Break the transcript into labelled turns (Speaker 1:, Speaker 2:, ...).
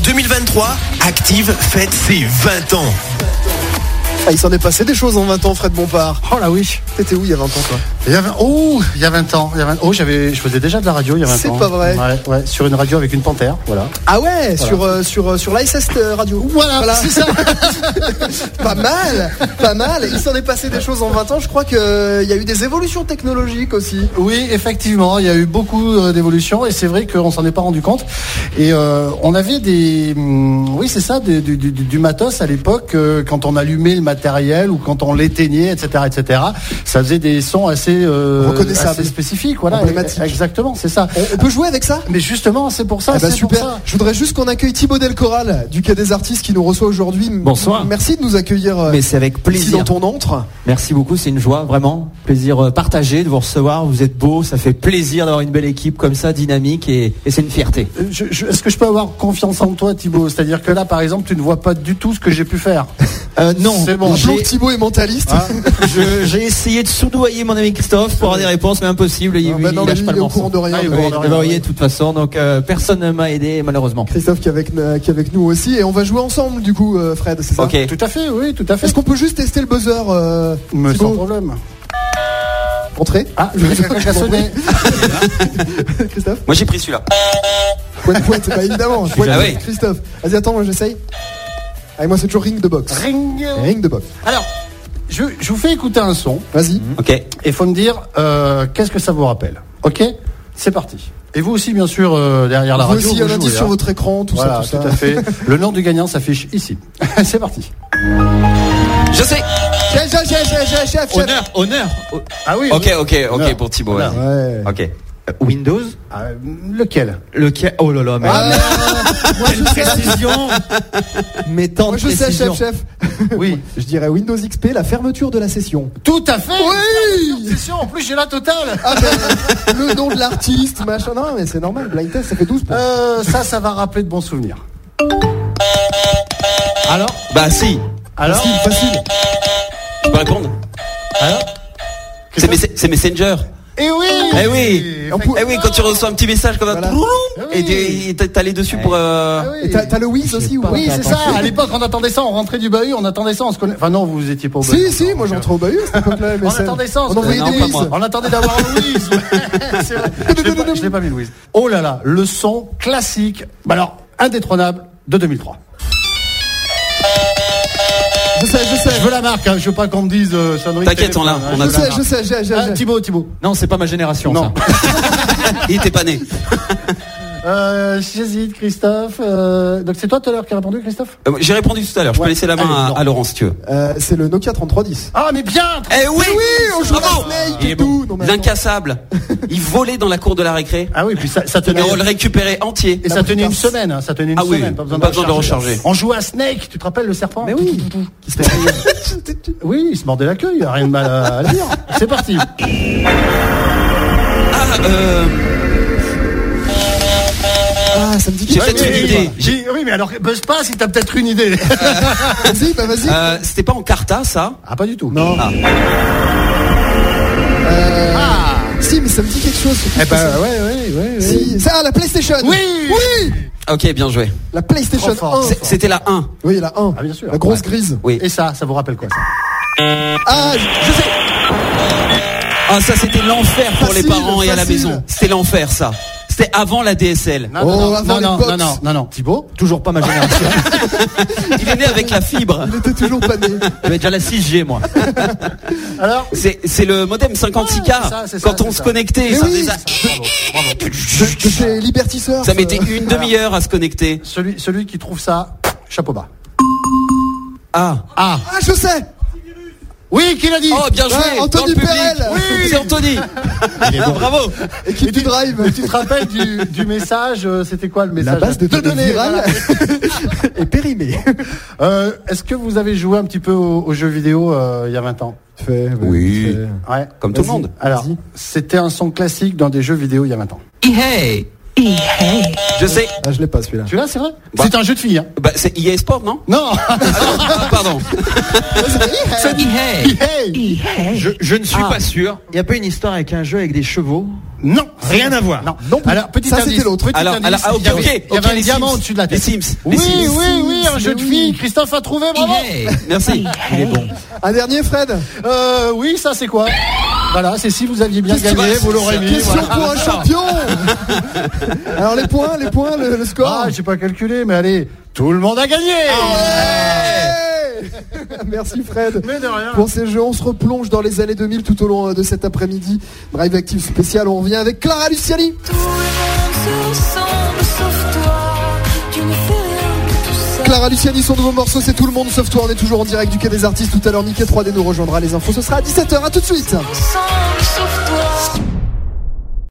Speaker 1: 2023, Active fête ses 20 ans.
Speaker 2: Ah, il s'en est passé des choses en 20 ans, Fred Bompard.
Speaker 3: Oh là oui.
Speaker 2: T'étais où il y a 20 ans, toi
Speaker 3: Il y a 20, oh, il y a 20 ans. Il y a 20 oh, j'avais, je faisais déjà de la radio il y a 20 ans.
Speaker 2: C'est pas vrai.
Speaker 3: Ouais, ouais, sur une radio avec une panthère, voilà.
Speaker 2: Ah ouais, sur, euh, sur, euh, sur l'ISS Radio.
Speaker 3: Voilà, c'est ça.
Speaker 2: pas mal, pas mal. Il s'en est passé des choses en 20 ans. Je crois qu'il y a eu des évolutions technologiques aussi.
Speaker 3: Oui, effectivement, il y a eu beaucoup euh, d'évolutions et c'est vrai qu'on s'en est pas rendu compte. Et euh, on avait des, hum, oui, c'est ça, des- du, du- du matos à l'époque euh, quand on allumait le matériel ou quand on l'éteignait, etc., etc. Ça faisait des sons assez euh,
Speaker 2: Reconnaissables.
Speaker 3: assez spécifiques, voilà,
Speaker 2: Emblématiques.
Speaker 3: exactement, c'est ça.
Speaker 2: On, on peut jouer avec ça
Speaker 3: Mais justement, c'est pour ça.
Speaker 2: Eh ben,
Speaker 3: Ah, c'est pour
Speaker 2: super.
Speaker 3: ça.
Speaker 2: Je voudrais juste qu'on accueille Thibaut Delcoral du Quai des Artistes qui nous reçoit aujourd'hui. M-
Speaker 4: Bonsoir.
Speaker 2: Merci de nous accueillir euh,
Speaker 4: Mais c'est avec
Speaker 2: ici
Speaker 4: plaisir.
Speaker 2: dans ton antre.
Speaker 4: Merci beaucoup, c'est une joie, vraiment. Plaisir euh, partagé de vous recevoir. Vous êtes beau, ça fait plaisir d'avoir une belle équipe comme ça, dynamique, et, et c'est une fierté.
Speaker 3: Je- je- Est-ce que je peux avoir confiance en toi, Thibaut C'est-à-dire que là, par exemple, tu ne vois pas du tout ce que j'ai pu faire.
Speaker 4: Euh, non,
Speaker 3: C'est bon.
Speaker 2: Rappelons
Speaker 4: j'ai- Ah,
Speaker 2: que Thibaut est mentaliste. Ah,
Speaker 4: je- j'ai essayé de soudoyer mon ami Christophe pour avoir des réponses, mais impossible. Il,
Speaker 2: Ah, bah
Speaker 4: il
Speaker 2: non, mais
Speaker 4: lâche
Speaker 2: lui,
Speaker 4: pas
Speaker 2: il
Speaker 4: le
Speaker 2: est au
Speaker 4: morceau.
Speaker 2: courant de rien.
Speaker 4: Ah, il est au
Speaker 2: Ouais,
Speaker 4: courant
Speaker 2: il
Speaker 4: de
Speaker 2: est
Speaker 4: rien. Bah,
Speaker 2: ouais.
Speaker 4: voyez, de toute façon, donc euh, personne ne m'a aidé, malheureusement.
Speaker 2: Christophe qui est, avec, euh, qui est avec nous aussi. Et on va jouer ensemble, du coup, euh, Fred, c'est ça
Speaker 4: Ok.
Speaker 3: Tout à fait, oui, tout à fait.
Speaker 2: Est-ce qu'on peut juste tester le buzzer euh,
Speaker 3: Mais
Speaker 2: Thibaut
Speaker 3: sans problème.
Speaker 2: Entrez.
Speaker 3: Ah, je vais quelqu'un sonner.
Speaker 2: Christophe
Speaker 5: Moi j'ai pris celui-là.
Speaker 2: Poète, poète, bah évidemment. Poète,
Speaker 5: Ah
Speaker 2: poète,
Speaker 5: oui.
Speaker 2: Christophe. Vas-y, attends, moi j'essaye. Allez, moi c'est toujours ring de box.
Speaker 3: Ring.
Speaker 2: Ring de box.
Speaker 3: Alors, je, je vous fais écouter un son
Speaker 2: Vas-y.
Speaker 5: Ok.
Speaker 3: et faut me dire euh, qu'est-ce que ça vous rappelle. Ok C'est parti. Et vous aussi, bien sûr, euh, derrière la
Speaker 2: Vous
Speaker 3: radio.
Speaker 2: aussi, un
Speaker 3: jouez,
Speaker 2: indice
Speaker 3: hein.
Speaker 2: sur votre écran, tout
Speaker 3: Voilà,
Speaker 2: ça, tout
Speaker 3: tout à
Speaker 2: ça.
Speaker 3: fait. Le nom du gagnant s'affiche ici. C'est parti.
Speaker 5: Je sais.
Speaker 2: Chef, chef, chef, chef, chef, chef.
Speaker 5: Honneur, honneur.
Speaker 3: Ah oui.
Speaker 5: Ok, ok, ok
Speaker 3: Honneur.
Speaker 5: pour Thibaut.
Speaker 3: Honneur.
Speaker 5: ouais.
Speaker 2: Ouais.
Speaker 5: Ok.
Speaker 4: Euh, Windows
Speaker 3: Ah, lequel
Speaker 4: Le ca- Oh là là, mais,
Speaker 2: Ah, moi, je sais,
Speaker 4: mais tant
Speaker 2: moi
Speaker 4: de
Speaker 2: je sais,
Speaker 4: précision.
Speaker 2: chef, chef.
Speaker 3: Oui.
Speaker 2: Je dirais Windows XP, la fermeture de la session.
Speaker 3: Tout à fait.
Speaker 2: Oui
Speaker 3: Attention, En plus, j'ai la totale.
Speaker 2: Ah, ben, le nom de l'artiste, machin. Non, mais c'est normal, blind test, ça fait 12 points.
Speaker 3: Euh, ça, ça va rappeler de bons souvenirs. Alors
Speaker 5: Bah si.
Speaker 3: Alors
Speaker 2: Facile, facile.
Speaker 5: Je peux répondre.
Speaker 3: Alors
Speaker 5: Hein C'est mes- c'est Messenger.
Speaker 3: Eh oui
Speaker 5: Eh oui.
Speaker 2: On pou-
Speaker 5: Eh oui, quand tu reçois un petit message comme
Speaker 2: Voilà.
Speaker 5: ça, et t'es- et t'es allé dessus pour. euh,
Speaker 3: Ah oui.
Speaker 2: Et t'as t'as le Wiz aussi ou pas
Speaker 3: Oui, c'est ça. À l'époque, on attendait ça, on rentrait du bahut, on attendait ça, on se connaît. Enfin non, vous étiez Bah, pas au bahut.
Speaker 2: Si, si, moi j'entrais au bahut à cette époque-là,
Speaker 3: On
Speaker 2: MSN.
Speaker 3: attendait ça, on,
Speaker 2: On
Speaker 3: se
Speaker 2: envoyait
Speaker 3: connaît.
Speaker 5: Non,
Speaker 2: des
Speaker 5: pas
Speaker 2: Wiz.
Speaker 5: moi.
Speaker 3: On attendait d'avoir Louise. Ouais, c'est vrai. Je l'ai pas- je l'ai pas mis Louise. Oh là là, le son classique. Bah alors, indétrônable de 2003.
Speaker 2: Je sais, je sais.
Speaker 3: Je veux la marque, hein, je veux pas qu'on me dise euh, sonnerie. de
Speaker 5: T'inquiète, on l'a,
Speaker 3: téléphone, hein,
Speaker 5: on
Speaker 3: je
Speaker 2: Je
Speaker 5: a
Speaker 3: veux la
Speaker 2: sais,
Speaker 3: marque.
Speaker 2: je sais, j'ai, j'ai,
Speaker 3: Ah,
Speaker 2: j'ai.
Speaker 3: Thibaut, Thibaut.
Speaker 4: Non, c'est pas ma génération.
Speaker 3: Non.
Speaker 4: ça.
Speaker 5: Il était pas né.
Speaker 3: Euh, J'hésite, Christophe. euh, donc c'est toi tout à l'heure qui as répondu, Christophe
Speaker 5: Euh, J'ai répondu tout à l'heure. Je peux laisser la main
Speaker 3: Allez,
Speaker 5: à- à Laurent si tu veux.
Speaker 2: Euh, c'est le Nokia 3310.
Speaker 3: Ah, mais bien
Speaker 5: Eh oui.
Speaker 2: oui, on joue à
Speaker 5: Bravo.
Speaker 2: Snake
Speaker 5: Il
Speaker 2: et
Speaker 5: est bon.
Speaker 2: tout. Non, mais attends.
Speaker 5: L'incassable. Il volait dans la cour de la récré.
Speaker 3: Ah oui, puis ça, ça
Speaker 5: Et
Speaker 3: tenait.
Speaker 5: on le récupérait entier.
Speaker 3: Et ça tenait une semaine, hein, ça tenait une
Speaker 5: Ah oui,
Speaker 3: semaine,
Speaker 5: pas besoin de recharger.
Speaker 3: On jouait à Snake, tu te rappelles le serpent Mais oui. oui, il se mordait la queue, il n'y a rien de mal à à dire. C'est parti.
Speaker 5: Ah, euh,
Speaker 2: Ah, ça me dit
Speaker 5: j'ai
Speaker 2: quelque
Speaker 5: peut-être
Speaker 2: chose.
Speaker 5: une
Speaker 3: oui,
Speaker 5: idée.
Speaker 3: J'ai- Oui, mais alors buzz pas si t'as peut-être une idée.
Speaker 2: Vas-y, bah vas-y.
Speaker 5: euh, c'était pas en carta ça
Speaker 3: ah pas du tout.
Speaker 2: Non.
Speaker 5: Ah.
Speaker 2: Euh, Si, mais ça me dit quelque chose. ce truc.
Speaker 3: Eh ben ouais, ouais, ouais. ouais.
Speaker 2: Si. Ça, ah, la PlayStation.
Speaker 3: Oui.
Speaker 2: Oui.
Speaker 5: Ok, bien joué.
Speaker 2: La PlayStation
Speaker 3: Trop fort.
Speaker 2: 1.
Speaker 5: C'est- C'était la 1.
Speaker 2: Oui, la 1.
Speaker 3: Ah, bien sûr.
Speaker 2: La grosse
Speaker 3: Ouais.
Speaker 2: grise.
Speaker 5: Oui.
Speaker 3: Et ça, ça vous rappelle quoi ça
Speaker 2: Ah, je-
Speaker 5: Je sais. Ah ça c'était l'enfer pour
Speaker 2: Facile,
Speaker 5: les parents et à la
Speaker 2: facile.
Speaker 5: maison. C'était l'enfer ça. C'était avant la DSL.
Speaker 3: non,
Speaker 2: Oh,
Speaker 3: Ah, non,
Speaker 2: avant
Speaker 3: non,
Speaker 2: les
Speaker 3: non,
Speaker 2: box.
Speaker 3: non, non, non, non. Thibaut
Speaker 4: Toujours pas ma génération.
Speaker 5: Il est né avec la fibre.
Speaker 2: il était toujours pas né.
Speaker 4: J'avais déjà la 6G, moi.
Speaker 3: Alors
Speaker 5: C'est c'est le modem 56K.
Speaker 3: c'est ça, c'est ça,
Speaker 5: Quand on
Speaker 3: c'est
Speaker 5: se
Speaker 3: ça.
Speaker 5: connectait,
Speaker 2: Mais
Speaker 5: ça,
Speaker 2: oui.
Speaker 5: faisait ça.
Speaker 3: Bravo, bravo.
Speaker 2: Que c'est Liberty Surf.
Speaker 5: Ça mettait une demi-heure à se connecter.
Speaker 3: Celui, celui qui trouve ça, chapeau bas.
Speaker 5: Ah.
Speaker 3: Ah
Speaker 2: Ah, je sais.
Speaker 3: Oui, qui l'a dit
Speaker 5: Oh bien joué.
Speaker 2: Ouais,
Speaker 5: dans
Speaker 2: Anthony
Speaker 5: le public.
Speaker 2: Perel.
Speaker 5: Oui. C'est Anthony. Bravo.
Speaker 2: Équipe du drive.
Speaker 3: Tu te rappelles du, du message euh, C'était quoi le message
Speaker 2: La base de données virale
Speaker 3: voilà.
Speaker 2: est périmée.
Speaker 3: Euh, Est-ce que vous avez joué un petit peu aux, aux jeux vidéo euh, il y a 20 ans
Speaker 2: Fait, ouais,
Speaker 5: Oui.
Speaker 2: fait.
Speaker 3: Ouais.
Speaker 5: Comme tout le
Speaker 2: Vas-y.
Speaker 5: monde.
Speaker 3: Alors,
Speaker 2: Vas-y.
Speaker 3: c'était un son classique dans des jeux vidéo il y a 20 ans.
Speaker 5: E Hey. Je sais.
Speaker 2: Ah, je l'ai pas celui-là.
Speaker 3: Tu l'as, c'est vrai
Speaker 5: Bah.
Speaker 3: C'est un jeu de filles. hein.
Speaker 5: Bah, c'est EA Sport, non
Speaker 3: Non
Speaker 5: Ah, Pardon. C'est EA.
Speaker 3: Hey
Speaker 6: Je, je ne
Speaker 5: Ah.
Speaker 6: suis pas sûr.
Speaker 4: Il y a pas une histoire avec un jeu avec des chevaux
Speaker 3: Non
Speaker 6: Rien à voir.
Speaker 3: Non. Alors, petit
Speaker 2: Ça,
Speaker 3: indice.
Speaker 2: c'était l'autre.
Speaker 3: Petit
Speaker 5: Alors,
Speaker 3: indice.
Speaker 5: alors, ah, ok,
Speaker 3: il y avait,
Speaker 5: ok,
Speaker 3: il y avait
Speaker 5: ok, les
Speaker 3: un diamant
Speaker 5: Sims.
Speaker 3: au-dessus de la
Speaker 5: Les
Speaker 3: tête.
Speaker 5: Sims.
Speaker 3: Oui,
Speaker 5: Les Sims.
Speaker 3: oui, oui, un jeu de filles. Christophe a
Speaker 5: E
Speaker 3: trouvé, bravo.
Speaker 5: Merci. Il est bon.
Speaker 2: Un dernier, Fred.
Speaker 3: Euh, oui, ça c'est quoi Voilà, c'est si vous aviez bien
Speaker 5: Qu'est-ce qui
Speaker 3: gagné,
Speaker 5: va-
Speaker 3: vous l'aurez mis.
Speaker 2: Question
Speaker 3: voilà.
Speaker 2: pour un champion. Ah. Alors les points, les points, le, le score.
Speaker 3: Ah, j'ai pas calculé, mais allez, tout le monde a gagné.
Speaker 5: Ah
Speaker 2: Merci Fred.
Speaker 3: Mais de rien.
Speaker 2: Pour ces jeux, on se replonge dans les années 2000 tout au long euh, de cet après-midi. Drive Active spécial, on revient avec Clara Luciani.
Speaker 7: Tout le monde se ressemble sauf toi. Tu ne fais rien de tout ça.
Speaker 2: Clara Luciani, son nouveau morceau, c'est Tout le monde sauf toi. On est toujours en direct du Quai des Artistes. Tout à l'heure, Nikkei 3D nous rejoindra. Les infos, ce sera à 17h. À tout de suite.
Speaker 7: Ensemble sauf toi.